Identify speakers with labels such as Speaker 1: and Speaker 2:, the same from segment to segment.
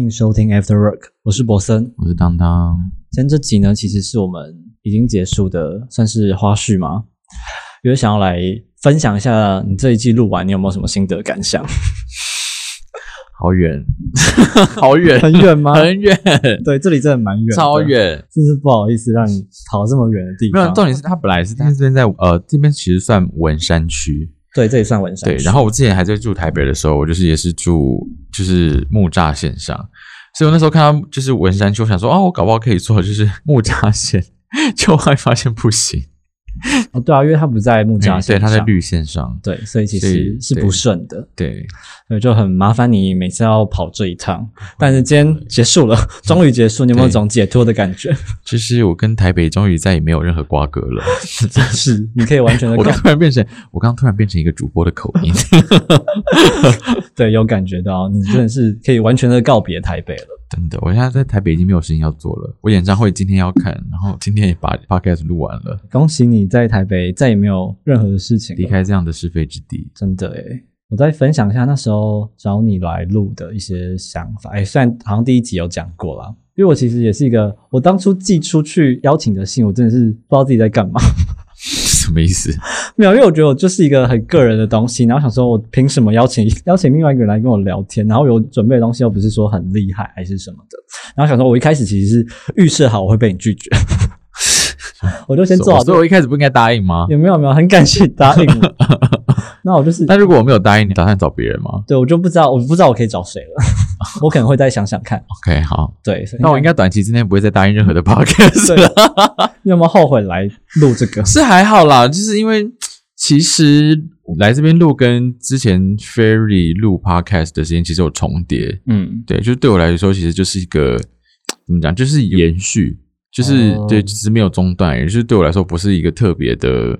Speaker 1: 迎收听 After Work，我是博森。
Speaker 2: 我是当当，
Speaker 1: 今天这集呢，其实是我们已经结束的，算是花絮嘛。有想要来分享一下你这一季录完，你有没有什么心得感 想？
Speaker 2: 好 远，好远，
Speaker 1: 很远吗？
Speaker 2: 很远，
Speaker 1: 对，这里真的蛮远，
Speaker 2: 超，远。
Speaker 1: 真是不好意思让你跑这么远的地
Speaker 2: 没有，
Speaker 1: 方。
Speaker 2: 重点是他本来是他这边在呃这边其实算文山区，
Speaker 1: 对，这里算文山
Speaker 2: 对。
Speaker 1: 区。
Speaker 2: 然后我之前还在住台北的时候，我就是也是住就是木栅线上，所以我那时候看到就是文山区，我想说哦，我搞不好可以做就是木栅线， 就后来发现不行，
Speaker 1: 哦，对啊，因为它不在木栅线上，
Speaker 2: 嗯对，他在绿线上，
Speaker 1: 对，所以其
Speaker 2: 所以
Speaker 1: 实是
Speaker 2: 对
Speaker 1: 不顺的。
Speaker 2: 对，
Speaker 1: 所以就很麻烦你每次要跑这一趟。但是今天结束了，终于结束，你有没有
Speaker 2: 嗯对
Speaker 1: 种解脱的感觉？
Speaker 2: 就是我跟台北终于再也没有任何瓜葛 了。
Speaker 1: 是，你可以完全的
Speaker 2: 我刚
Speaker 1: 感
Speaker 2: 突然变成，我刚突然变成一个主播的口音。
Speaker 1: 对有感觉到，你真的是可以完全的告别台北了。
Speaker 2: 真的，我现在在台北已经没有事情要做了。我演唱会今天要看，然后今天也把 podcast 录完了，
Speaker 1: 恭喜你在台北再也没有任何的事情了
Speaker 2: 离，开这样的是非之地。
Speaker 1: 真的诶。我再分享一下那时候找你来录的一些想法，哎，虽然好像第一集有讲过啦，因为我其实也是一个，我当初寄出去邀请的信，我真的是不知道自己在干嘛。
Speaker 2: 什么意思？
Speaker 1: 没有，因为我觉得我就是一个很个人的东西，然后想说，我凭什么邀请邀请另外一 个人来跟我聊天？然后有准备的东西又不是说很厉害还是什么的，然后想说，我一开始其实是预设好我会被你拒绝， 我就先做好
Speaker 2: 所以我一开始不应该答应吗
Speaker 1: 也？没有没有，很感谢你答应我。 那我就是
Speaker 2: 那如果我没有答应，你打算找别人吗
Speaker 1: 对我就不知道，我不知道我可以找谁了，我可能会再想想看。
Speaker 2: ？OK，好，
Speaker 1: 对，所以
Speaker 2: 那我应该短期之内不会再答应任何的 podcast
Speaker 1: 对
Speaker 2: 了。
Speaker 1: 你有没有后悔来录这个？
Speaker 2: 是还好啦，就是因为其实来这边录跟之前 Ferry 录 podcast 的时间其实有重叠，
Speaker 1: 嗯，
Speaker 2: 对，就是对我来说，其实就是一个怎么讲，就是延续，就是、
Speaker 1: 哦
Speaker 2: 对，只是没有中断，也就是对我来说不是一个特别的、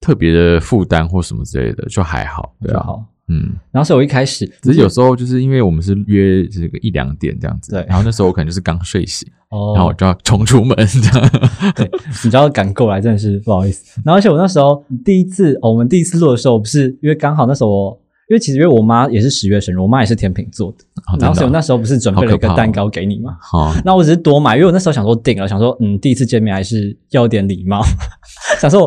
Speaker 2: 特别的负担或什么之类的，就还好，对
Speaker 1: 就
Speaker 2: 啊，
Speaker 1: 好。
Speaker 2: 嗯，
Speaker 1: 然后所以我一开始
Speaker 2: 只是有时候就是因为我们是约这个一两点这样子，
Speaker 1: 对
Speaker 2: 然后那时候我可能就是刚睡醒，
Speaker 1: 哦，
Speaker 2: 然后我就要冲出门这 样，
Speaker 1: 对，你知道赶过来真的是不好意思。然后而且我那时候第一次，哦、我们第一次录的时候，我不是因为刚好那时候我，因为其实因为我妈也是十月生日，我妈也是天秤座的，
Speaker 2: 好
Speaker 1: 然后所以我
Speaker 2: 哦真的啊
Speaker 1: 那时候不是准备了一个
Speaker 2: 好可怕哦
Speaker 1: 蛋糕给你吗？
Speaker 2: 好，
Speaker 1: 那我只是多买，因为我那时候想说定了，想说嗯，第一次见面还是要有点礼貌， 想说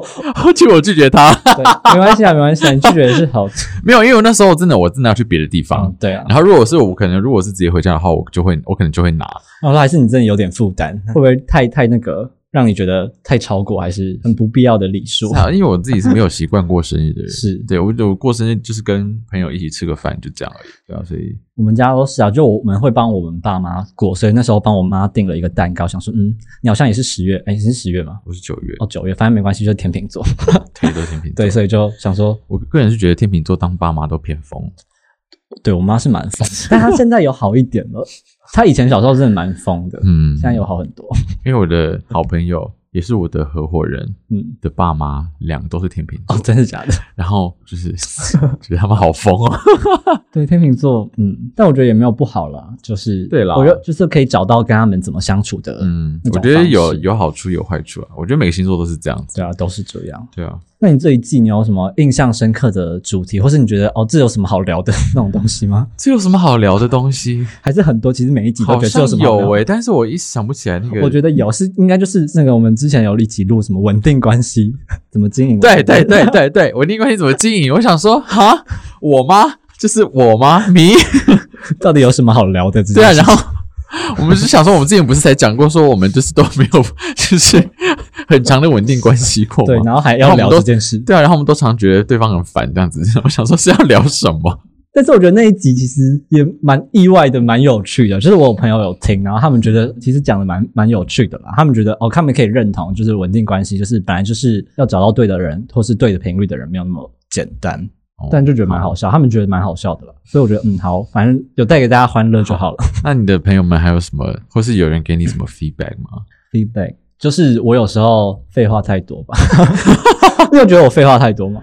Speaker 1: 我
Speaker 2: 结果我拒绝他，
Speaker 1: 对，没关系啊，没关系啊，你拒绝也是好的。
Speaker 2: 没有，因为我那时候真的我真的要去别的地方。
Speaker 1: 嗯，对啊，
Speaker 2: 然后，如果是我可能，如果是直接回家的话，我就会，我可能就会拿，
Speaker 1: 然后还是你真的有点负担，会不会太太那个，让你觉得太超过，还是很不必要的礼数
Speaker 2: 是？啊，因为我自己是没有习惯过生日的人，
Speaker 1: 是
Speaker 2: 对我我过生日就是跟朋友一起吃个饭就这样而已，对啊，所以
Speaker 1: 我们家都是啊，就我们会帮我们爸妈过，所以那时候帮我妈订了一个蛋糕，想说，嗯，你好像也是十月，哎，你是十月吗？
Speaker 2: 我是九月
Speaker 1: 哦，九月，反正没关系，就是天秤座，
Speaker 2: 腿都天秤座，
Speaker 1: 对，所以就想说，
Speaker 2: 我个人是觉得天秤座当爸妈都偏疯，
Speaker 1: 对我妈是蛮疯， 但她现在有好一点了，她以前小时候真的蛮疯的，
Speaker 2: 嗯，
Speaker 1: 现在有好很多，
Speaker 2: 因为我的好朋友也是我的合伙人
Speaker 1: 嗯，
Speaker 2: 的爸妈，两个都是天秤座，
Speaker 1: 哦，真的假的？
Speaker 2: 然后就是觉得他们好疯哦，
Speaker 1: 对，天秤座，嗯，但我觉得也没有不好啦，就是
Speaker 2: 对啦
Speaker 1: 我觉得就是可以找到跟他们怎么相处的，嗯，
Speaker 2: 嗯
Speaker 1: 那，种
Speaker 2: 我觉得
Speaker 1: 方式
Speaker 2: 有有好处有坏处啊，我觉得每个星座都是这样子，
Speaker 1: 对啊，都是这样。
Speaker 2: 对啊，
Speaker 1: 那你这一季你有什么印象深刻的主题，或是你觉得哦，这有什么好聊的 那种东西吗？
Speaker 2: 这有什么好聊的 东西？
Speaker 1: 还是很多，其实每一集都
Speaker 2: 好
Speaker 1: 觉得这有
Speaker 2: 像
Speaker 1: 欸什么好聊
Speaker 2: 有
Speaker 1: 的
Speaker 2: 诶、但是我一时想不起来那个，
Speaker 1: 我觉得有是应该就是那个我们之前有一集录什么稳定关系 怎么经营，
Speaker 2: 对对对对对，稳定关系怎么经营？我想说， 哈，我吗？就是我吗？ 迷
Speaker 1: 到底有什么好聊的？
Speaker 2: 对啊，
Speaker 1: 这件事
Speaker 2: 然后我们就想说，我们之前不是才讲过，说我们就是都没有， 就是很长的稳定关系过
Speaker 1: 对，
Speaker 2: 吗？
Speaker 1: 然后还
Speaker 2: 然
Speaker 1: 要
Speaker 2: 后我们
Speaker 1: 聊
Speaker 2: 都
Speaker 1: 这件事，
Speaker 2: 对啊，然后我们都常觉得对方很烦这样子。 我想说是要聊什么？
Speaker 1: 但是我觉得那一集其实也蛮意外的，蛮有趣的。就是我有朋友有听，然后他们觉得其实讲的蛮蛮有趣的啦。他们觉得哦，他们可以认同，就是稳定关系，就是本来就是要找到对的人或是对的频率的人，没有那么简单。
Speaker 2: 哦
Speaker 1: 但就觉得蛮好。笑，他们觉得蛮好笑的了，所以我觉得嗯好，反正有带给大家欢乐就好了。
Speaker 2: 那你的朋友们还有什么，或是有人给你 什么 feedback 吗？
Speaker 1: Feedback 就是我有时候废话太多吧， 你有觉得我废话太多吗？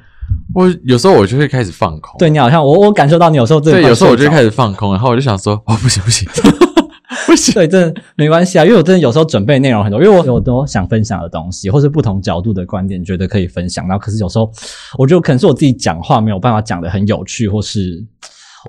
Speaker 2: 我有时候我就会开始放空，
Speaker 1: 对你好像我我感受到你有时候真的
Speaker 2: 对，
Speaker 1: 快
Speaker 2: 有时候我就
Speaker 1: 睡
Speaker 2: 会
Speaker 1: 着
Speaker 2: 开始放空，然后我就想说， 哦，不行 不行不行，
Speaker 1: 对，真的没关系啊，因为我真的有时候准备内容很多，因为我有多想分享的东西，或是不同角度的观点，觉得可以分享。然后可是有时候，我觉得可能是我自己讲话没有办法讲的很有趣，或是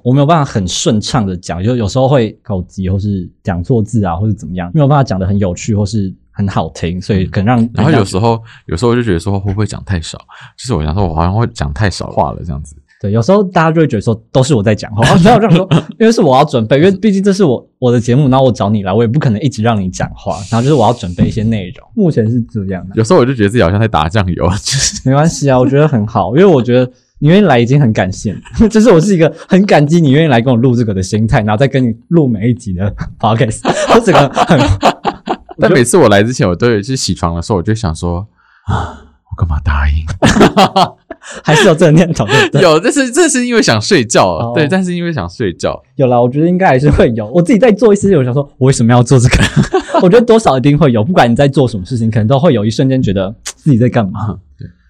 Speaker 1: 我没有办法很顺畅的讲，就有时候会口急，或是讲错字啊，或者怎么样，没有办法讲的很有趣，或是很好听，所以可能让人家、
Speaker 2: 嗯然后有时候，有时候我就觉得说会不会讲太少？就是我想说，我好像会讲太少话了这样子。
Speaker 1: 对，有时候大家就会觉得说都是我在讲话， 然后让说，因为是我要准备，因为毕竟这是我我的节目，然后我找你来，我也不可能一直让你讲话，然后就是我要准备一些内容，目前是这样的，
Speaker 2: 有时候我就觉得自己好像在打酱油，就是
Speaker 1: 没关系啊，我觉得很好，因为我觉得。你愿意来已经很感谢你， 就是我是一个很感激你愿意来跟我录这个的心态，然后再跟你录每一集的 podcast，我整个很
Speaker 2: 但每次我来之前，我都有是起床的时候，我就想说啊，我干嘛答应？
Speaker 1: 还是有这个念头，对不对？
Speaker 2: 有，但是这是因为想睡觉，啊
Speaker 1: 哦
Speaker 2: 对，但是因为想睡觉，
Speaker 1: 有啦，我觉得应该还是会有。我自己在做一些事情，我想说，我为什么要做这个？ 我觉得多少一定会有，不管你在做什么事情，可能都会有一瞬间觉得嘖自己在干嘛。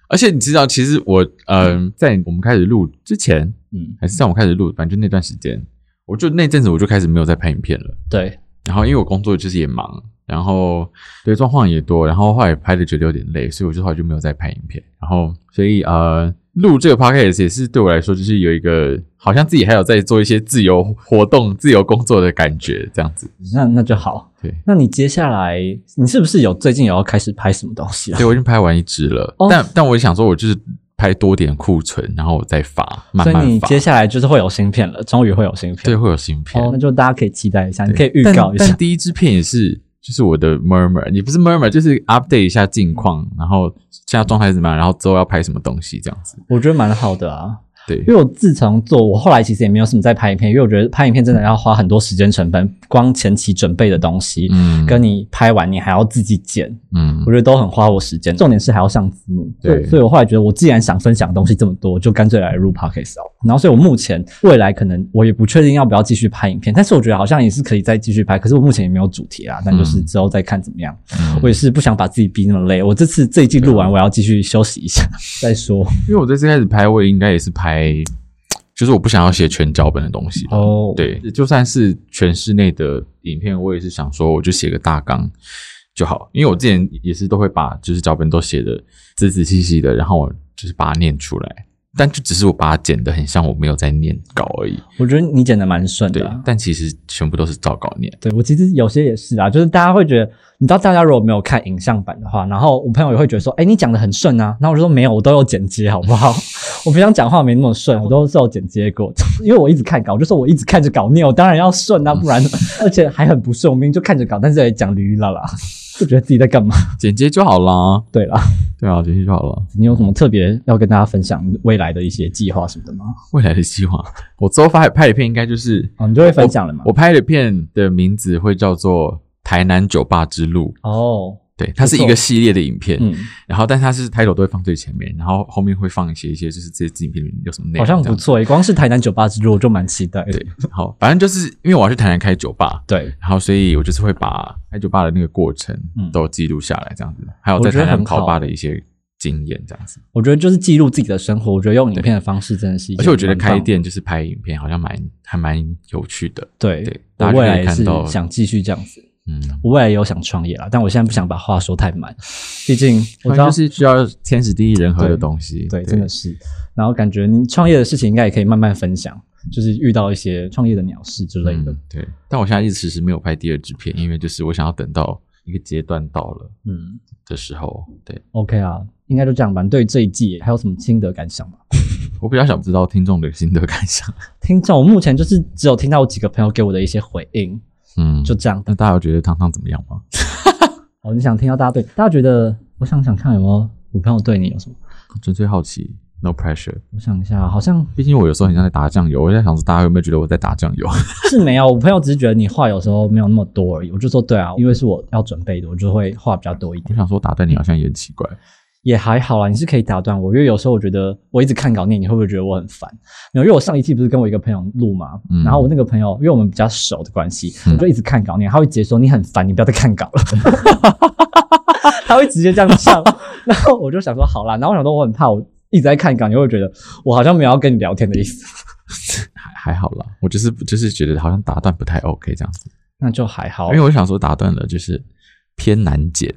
Speaker 2: 而且你知道，其实我嗯、在我们开始录之前，
Speaker 1: 嗯，
Speaker 2: 还是在我们开始录，反正就那段时间，我就那阵子我就开始没有在拍影片了。
Speaker 1: 对，
Speaker 2: 然后因为我工作就是也忙，然后对状况也多，然后后来拍的觉得有点累，所以我就后来就没有再拍影片。然后所以呃，录这个 podcast 也是对我来说就是有一个好像自己还有在做一些自由活动、自由工作的感觉，这样子。
Speaker 1: 那那就好。
Speaker 2: 对，
Speaker 1: 那你接下来你是不是有最近有要开始拍什么东西了？
Speaker 2: 对我已经拍完一支了，
Speaker 1: 哦
Speaker 2: 但但我想说，我就是拍多点库存，然后我再发，慢
Speaker 1: 所以
Speaker 2: 慢
Speaker 1: 你
Speaker 2: 发。
Speaker 1: 接下来就是会有新片了，终于会有新
Speaker 2: 对
Speaker 1: 片。
Speaker 2: 会有新片
Speaker 1: 哦，，那就大家可以期待一下，你可以预
Speaker 2: 但
Speaker 1: 告一
Speaker 2: 但
Speaker 1: 下。
Speaker 2: 第一支片也是，就是我的 murmur，也不是 murmur，就是 update 一下近况，然后现在状态是怎么样，然后之后要拍什么东西这样子。
Speaker 1: 我觉得蛮好的啊，
Speaker 2: 对
Speaker 1: 因，为我自从做，我后来其实也没有什么在拍影片，因为我觉得拍影片真的要花很多时间成本，光前期准备的东西，
Speaker 2: 嗯
Speaker 1: 跟你拍完你还要自己剪，
Speaker 2: 嗯
Speaker 1: 我，觉得都很花我时间。重点是还要上字幕，
Speaker 2: 对
Speaker 1: 所以我后来觉得，我既然想分享的东西这么多，就干脆来录 podcast 好了然后，所以我目前未来可能我也不确定要不要继续拍影片，但是我觉得好像也是可以再继续拍。可是我目前也没有主题啦，但就是之后再看怎么样。
Speaker 2: 嗯啊
Speaker 1: 我也是不想把自己逼那么累。我这次这一季录完，我要继续休息一下再说。
Speaker 2: 因为我这次开始拍，我也应该也是拍，就是我不想要写全脚本的东西。
Speaker 1: 哦，
Speaker 2: 对，就算是全室内的影片，我也是想说，我就写个大纲就好。因为我之前也是都会把就是脚本都写的仔仔细细的，然后我就是把它念出来，但就只是我把它剪得很像我没有在念稿而已。
Speaker 1: 我觉得你剪的蛮顺
Speaker 2: 对，
Speaker 1: 的啊。
Speaker 2: 但其实全部都是照稿念。
Speaker 1: 对我其实有些也是啊，就是大家会觉得，你知道大家如果没有看影像版的话，然后我朋友也会觉得说，哎，你讲的很顺啊，然后我就说没有，我都有剪接，好不好？ 我平常讲话没那么顺，我都是有剪接过的， 因为我一直看稿，我就说我一直看着稿念，我当然要顺啊，不 然而且还很不顺，我明明就看着稿，但是也讲驴啦啦， 就觉得自己在干嘛？
Speaker 2: 剪接就好啦。
Speaker 1: 对啦，
Speaker 2: 对啊，剪接就好了。
Speaker 1: 你有什么特别要跟大家分享未来的一些计划什么的吗？
Speaker 2: 未来的计划， 我之后发拍的片应该就是
Speaker 1: 哦，你就会分享了吗
Speaker 2: 我？拍的片的名字会叫做《台南酒吧之路》。
Speaker 1: 哦，
Speaker 2: 对，它是一个系列的影片，
Speaker 1: 嗯，
Speaker 2: 然后但它是 title 都会放最前面，然后后面会放一些一些就是这支影片里面有什么内
Speaker 1: 好
Speaker 2: 容，
Speaker 1: 像不。错欸诶，光是台南酒吧之路我就蛮期待的。
Speaker 2: 对，好，反正就是因为我要去台南开酒吧，
Speaker 1: 对，
Speaker 2: 然后所以我就是会把开酒吧的那个过程
Speaker 1: 嗯
Speaker 2: 都记录下来，这样子，还有
Speaker 1: 我
Speaker 2: 在
Speaker 1: 觉得
Speaker 2: 台南
Speaker 1: 很好
Speaker 2: 烤吧的一些经验，这样子。
Speaker 1: 我觉得就是记录自己的生活，我觉得用影片的方式真的是一件
Speaker 2: 而且我觉得
Speaker 1: 蛮棒的
Speaker 2: 开店就是拍影片，好像蛮还蛮有趣的。
Speaker 1: 对
Speaker 2: 对，
Speaker 1: 我
Speaker 2: 大家
Speaker 1: 未
Speaker 2: 就可
Speaker 1: 来
Speaker 2: 以
Speaker 1: 也
Speaker 2: 看
Speaker 1: 是
Speaker 2: 到
Speaker 1: 想继续这样子。
Speaker 2: 嗯，
Speaker 1: 我未来也有想创业啦，但我现在不想把话说太满，毕竟我知道
Speaker 2: 就是需要天时地利人和
Speaker 1: 对
Speaker 2: 的东西。
Speaker 1: 对，真的是。然后感觉你创业的事情应该也可以慢慢分享，就是遇到一些创业的鸟事之类的。
Speaker 2: 嗯对，但我现在一直迟迟没有拍第二支片，因为就是我想要等到一个阶段到了
Speaker 1: 嗯
Speaker 2: 的时候，对
Speaker 1: o k 啊，应该就这样吧。你对于这一季还有什么心得感想吗？
Speaker 2: 我比较想知道听众的心得感想。
Speaker 1: 听众，我目前就是只有听到我几个朋友给我的一些回应，
Speaker 2: 嗯，
Speaker 1: 就这样。
Speaker 2: 那大家有觉得汤汤怎么样吗？
Speaker 1: 哦，你想听到大家对大家觉得，我想想看有没有我朋友对你有什么？
Speaker 2: 纯粹好奇，no pressure。
Speaker 1: 我想一下，好像
Speaker 2: 毕竟我有时候很像在打酱油，我在想说大家有没有觉得我在打酱油？
Speaker 1: 是没有，我朋友只是觉得你话有时候没有那么多而已。我就说对啊，因为是我要准备的，我就会话比较多一
Speaker 2: 我
Speaker 1: 点，
Speaker 2: 想说打断你好像也很奇怪。
Speaker 1: 也还好啦。你是可以打断我，因为有时候我觉得我一直看稿念，你会不会觉得我很烦？没有，因为我上一季不是跟我一个朋友录嘛，
Speaker 2: 嗯
Speaker 1: 然后我那个朋友，因为我们比较熟的关系，
Speaker 2: 嗯
Speaker 1: 我就一直看稿念，他会直接说你很烦，你不要再看 稿了。他会直接这样唱，然后我就想说好啦，然后我想说我很怕我一直在看稿，你会觉得我好像没有要跟你聊天的意思，
Speaker 2: 还还好啦，我就是就是觉得好像打断不太 OK 这样子，
Speaker 1: 那就还好
Speaker 2: 因为。我想说打断了就是偏难剪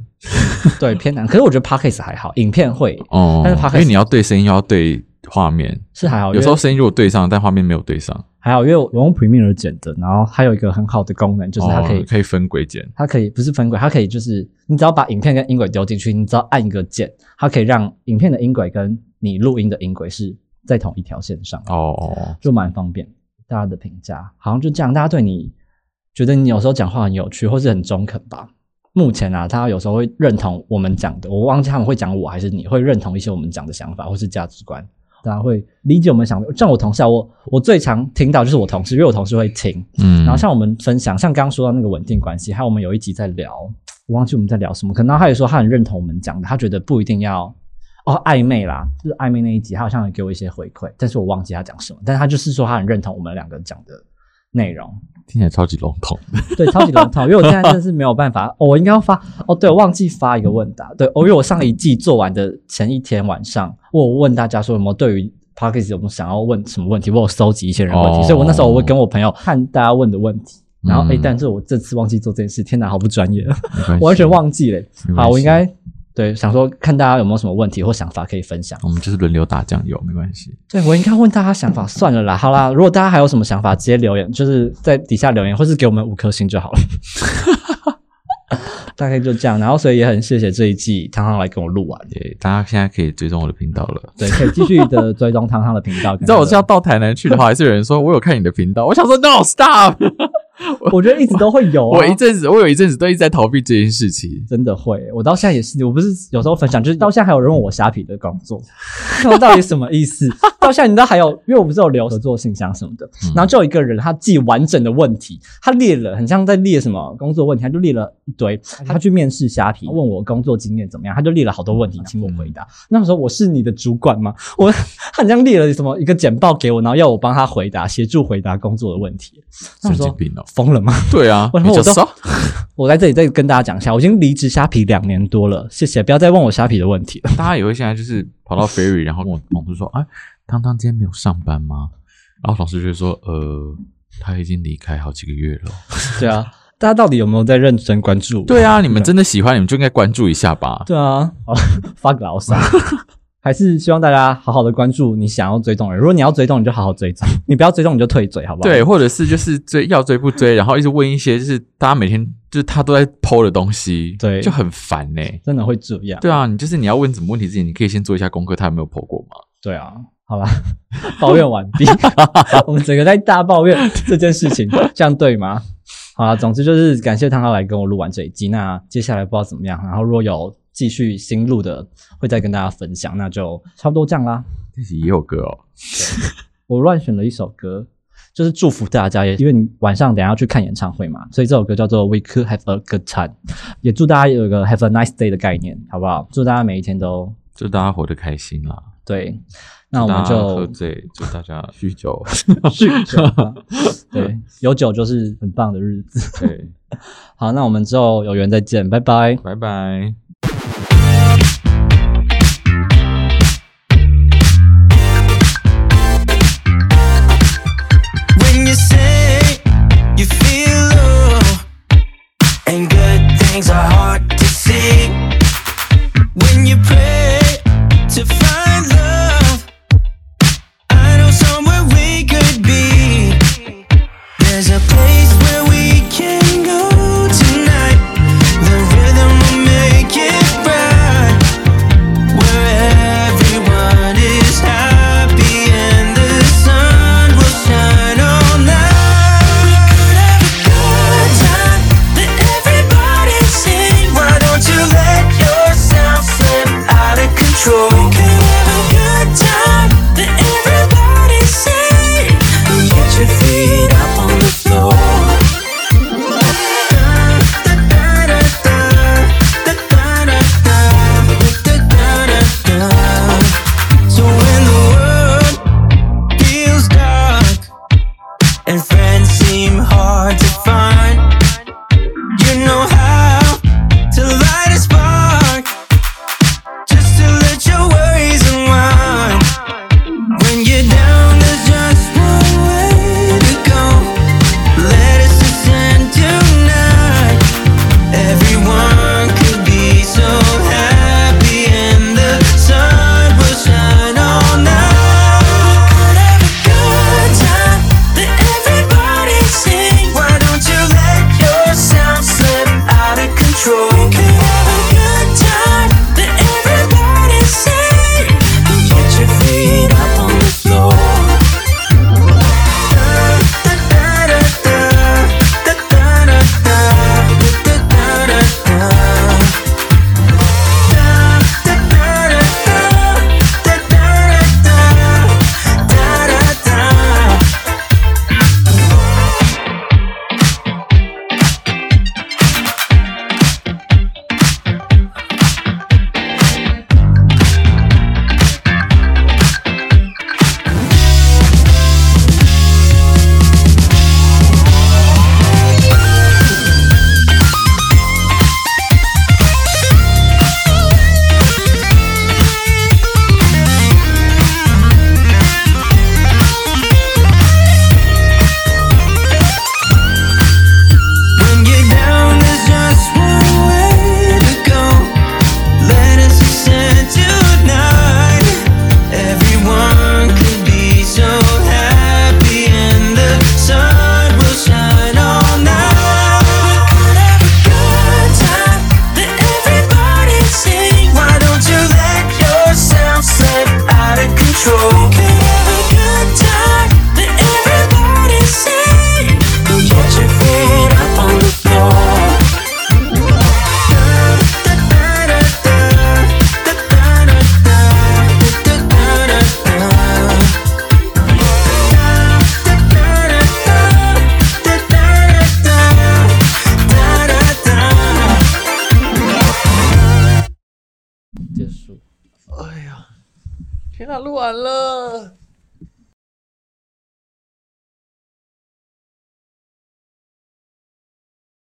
Speaker 1: 对，偏难。可是我觉得 podcast 还好，影片会
Speaker 2: 哦，
Speaker 1: 但是 podcast-
Speaker 2: 因为你要对声音又要对画面，
Speaker 1: 是还好，
Speaker 2: 有
Speaker 1: 因
Speaker 2: 时候
Speaker 1: 为
Speaker 2: 声音如果对上，但画面没有对上，
Speaker 1: 还好，因为我用 Premiere 剪的，然后还有一个很好的功能就是它可以
Speaker 2: 哦、可以分轨剪，
Speaker 1: 它可以不是分轨，它可以就是你只要把影片跟音轨丢进去，你只要按一个键，它可以让影片的音轨跟你录音的音轨是在同一条线上，
Speaker 2: 哦哦，
Speaker 1: 就蛮方便。大家的评价好像就这样，大家对你觉得你有时候讲话很有趣，或是很中肯吧。目前啊，他有时候会认同我们讲的，我忘记他们会讲我还是你会认同一些我们讲的想法或是价值观，大家会理解我们想法。像我同事啊，我我最常听到就是我同事，因为我同事会听，
Speaker 2: 嗯，
Speaker 1: 然后像我们分享，像刚刚说到那个稳定关系，还有我们有一集在聊，我忘记我们在聊什么，可能他也说他很认同我们讲的，他觉得不一定要哦暧昧啦，就是暧昧那一集，他好像有给我一些回馈，但是我忘记他讲什么，但是他就是说他很认同我们两个讲的内容，
Speaker 2: 听起来超级笼统，
Speaker 1: 对，超级笼统，因为我现在真的是没有办法，哦、我应该要发哦，对，我忘记发一个问答，对，哦，因为我上一季做完的前一天晚上，我有问大家说有没有对于 p o c k e t 有没有想要问什么问题，我有收集一些人的问题，
Speaker 2: 哦
Speaker 1: 所以我那时候我会跟我朋友看大家问的问题，然后
Speaker 2: 嗯
Speaker 1: 诶，但是我这次忘记做这件事，天哪，好不专业，
Speaker 2: 没关 系
Speaker 1: 我完全，忘记了。
Speaker 2: 没关
Speaker 1: 好，
Speaker 2: 系
Speaker 1: 我应该对想说看大家有没有什么问题或想法可以分享。
Speaker 2: 我们就是轮流打酱油，没关系，
Speaker 1: 对，我应该问大家想法，算了啦，好啦，如果大家还有什么想法，直接留言，就是在底下留言，或是给我们五颗星就好了。 大概就这样，然后所以也很谢谢这一季汤汤来跟我录完，
Speaker 2: 对，大家现在可以追踪我的频道了。
Speaker 1: 对，可以继续的追踪汤汤的频道。
Speaker 2: 你知道我是要到台南去的话，还是有人说我有看你的频道？我想说 no stop，
Speaker 1: 我觉得一直都会有、啊，
Speaker 2: 我一阵子，我有一阵子都一直在逃避这件事情。
Speaker 1: 真的会，我到现在也是，我不是有时候 分享，就是到现在还有人问我虾皮的工作，那我到底什么意思？ 到现在你知道还有，因为我不是有留合作信箱什么的，
Speaker 2: 嗯
Speaker 1: 然后就有一个人他记完整的问题，他列了很像在列什么工作问题，他就列了一堆，
Speaker 2: 哎
Speaker 1: 他去面试虾
Speaker 2: 哦
Speaker 1: 皮，问我工作经验怎么样，他就列了好多
Speaker 2: 哎
Speaker 1: 问题，请我回答。那时候我是你的主管吗？ 我他很像列了什么一个简报给我，然后要我帮他回答，协助回答工作的问题。那
Speaker 2: 神
Speaker 1: 我说
Speaker 2: 经病哦！
Speaker 1: 疯了吗？
Speaker 2: 对啊，
Speaker 1: 然后
Speaker 2: 你
Speaker 1: 我
Speaker 2: 就
Speaker 1: 都
Speaker 2: 说，
Speaker 1: 我在这里再跟大家讲一下，我已经离职虾皮两年多了，谢谢，不要再问我虾皮的问 题了。
Speaker 2: 大家也会现在就是 跑到 ferry，然后跟我同事说：“啊，汤汤今天没有上班吗？”然后老师就会说：“呃，他已经离开好几个月了。
Speaker 1: 对啊，大家到底有没有在认真关注”我？
Speaker 2: 对啊，你们真的喜欢，你们就应该关注一下吧。
Speaker 1: 对啊，好 了，发个牢骚。 还是希望大家好好的关注你想要追踪的人。如果你要追踪，你就好好追踪；你不要追踪，你就退追，好不好？
Speaker 2: 对，，或者是就是追要追不追，然后一直问一些就是大家每天就是他都在剖的东西，
Speaker 1: 对
Speaker 2: 就很烦呢、
Speaker 1: 真的会这样。
Speaker 2: 对啊，你就是你要问什么问题之前，你可以先做一下功课，他有没有剖过吗？
Speaker 1: 对啊，好吧， 抱怨完 毕， 我们整个在大抱怨这件事情， 这样对吗？好啦，总之就是感谢汤哥来跟我录完这一集。那接下来不知道怎么样，然后如果有继续新录的，会再跟大家分享。那就差不多这样啦。
Speaker 2: 这集也有歌哦，
Speaker 1: 我乱选了一首歌，就是祝福大家，也因为你晚上等一下要去看演唱会嘛，所以这首歌叫做《We Could Have a Good Time》，也祝大家有一个 Have a Nice Day 的概念，好不好？祝大家每一天都
Speaker 2: 祝大家活得开心啦！
Speaker 1: 对。那我们
Speaker 2: 祝大家
Speaker 1: 就
Speaker 2: 喝醉，祝大家酗 酒。
Speaker 1: 酗酒吧， 对，有酒就是很棒的日子。
Speaker 2: 对，
Speaker 1: 好，那我们之后有缘再见，拜拜。
Speaker 2: 拜拜。
Speaker 3: When you say you feel low, and good things are hard to see. When you pray to find love, I know somewhere we could be. There's a place where we can go tonight. The rhythm will make it.
Speaker 4: 结束。
Speaker 1: 哎呀，天哪，录完了。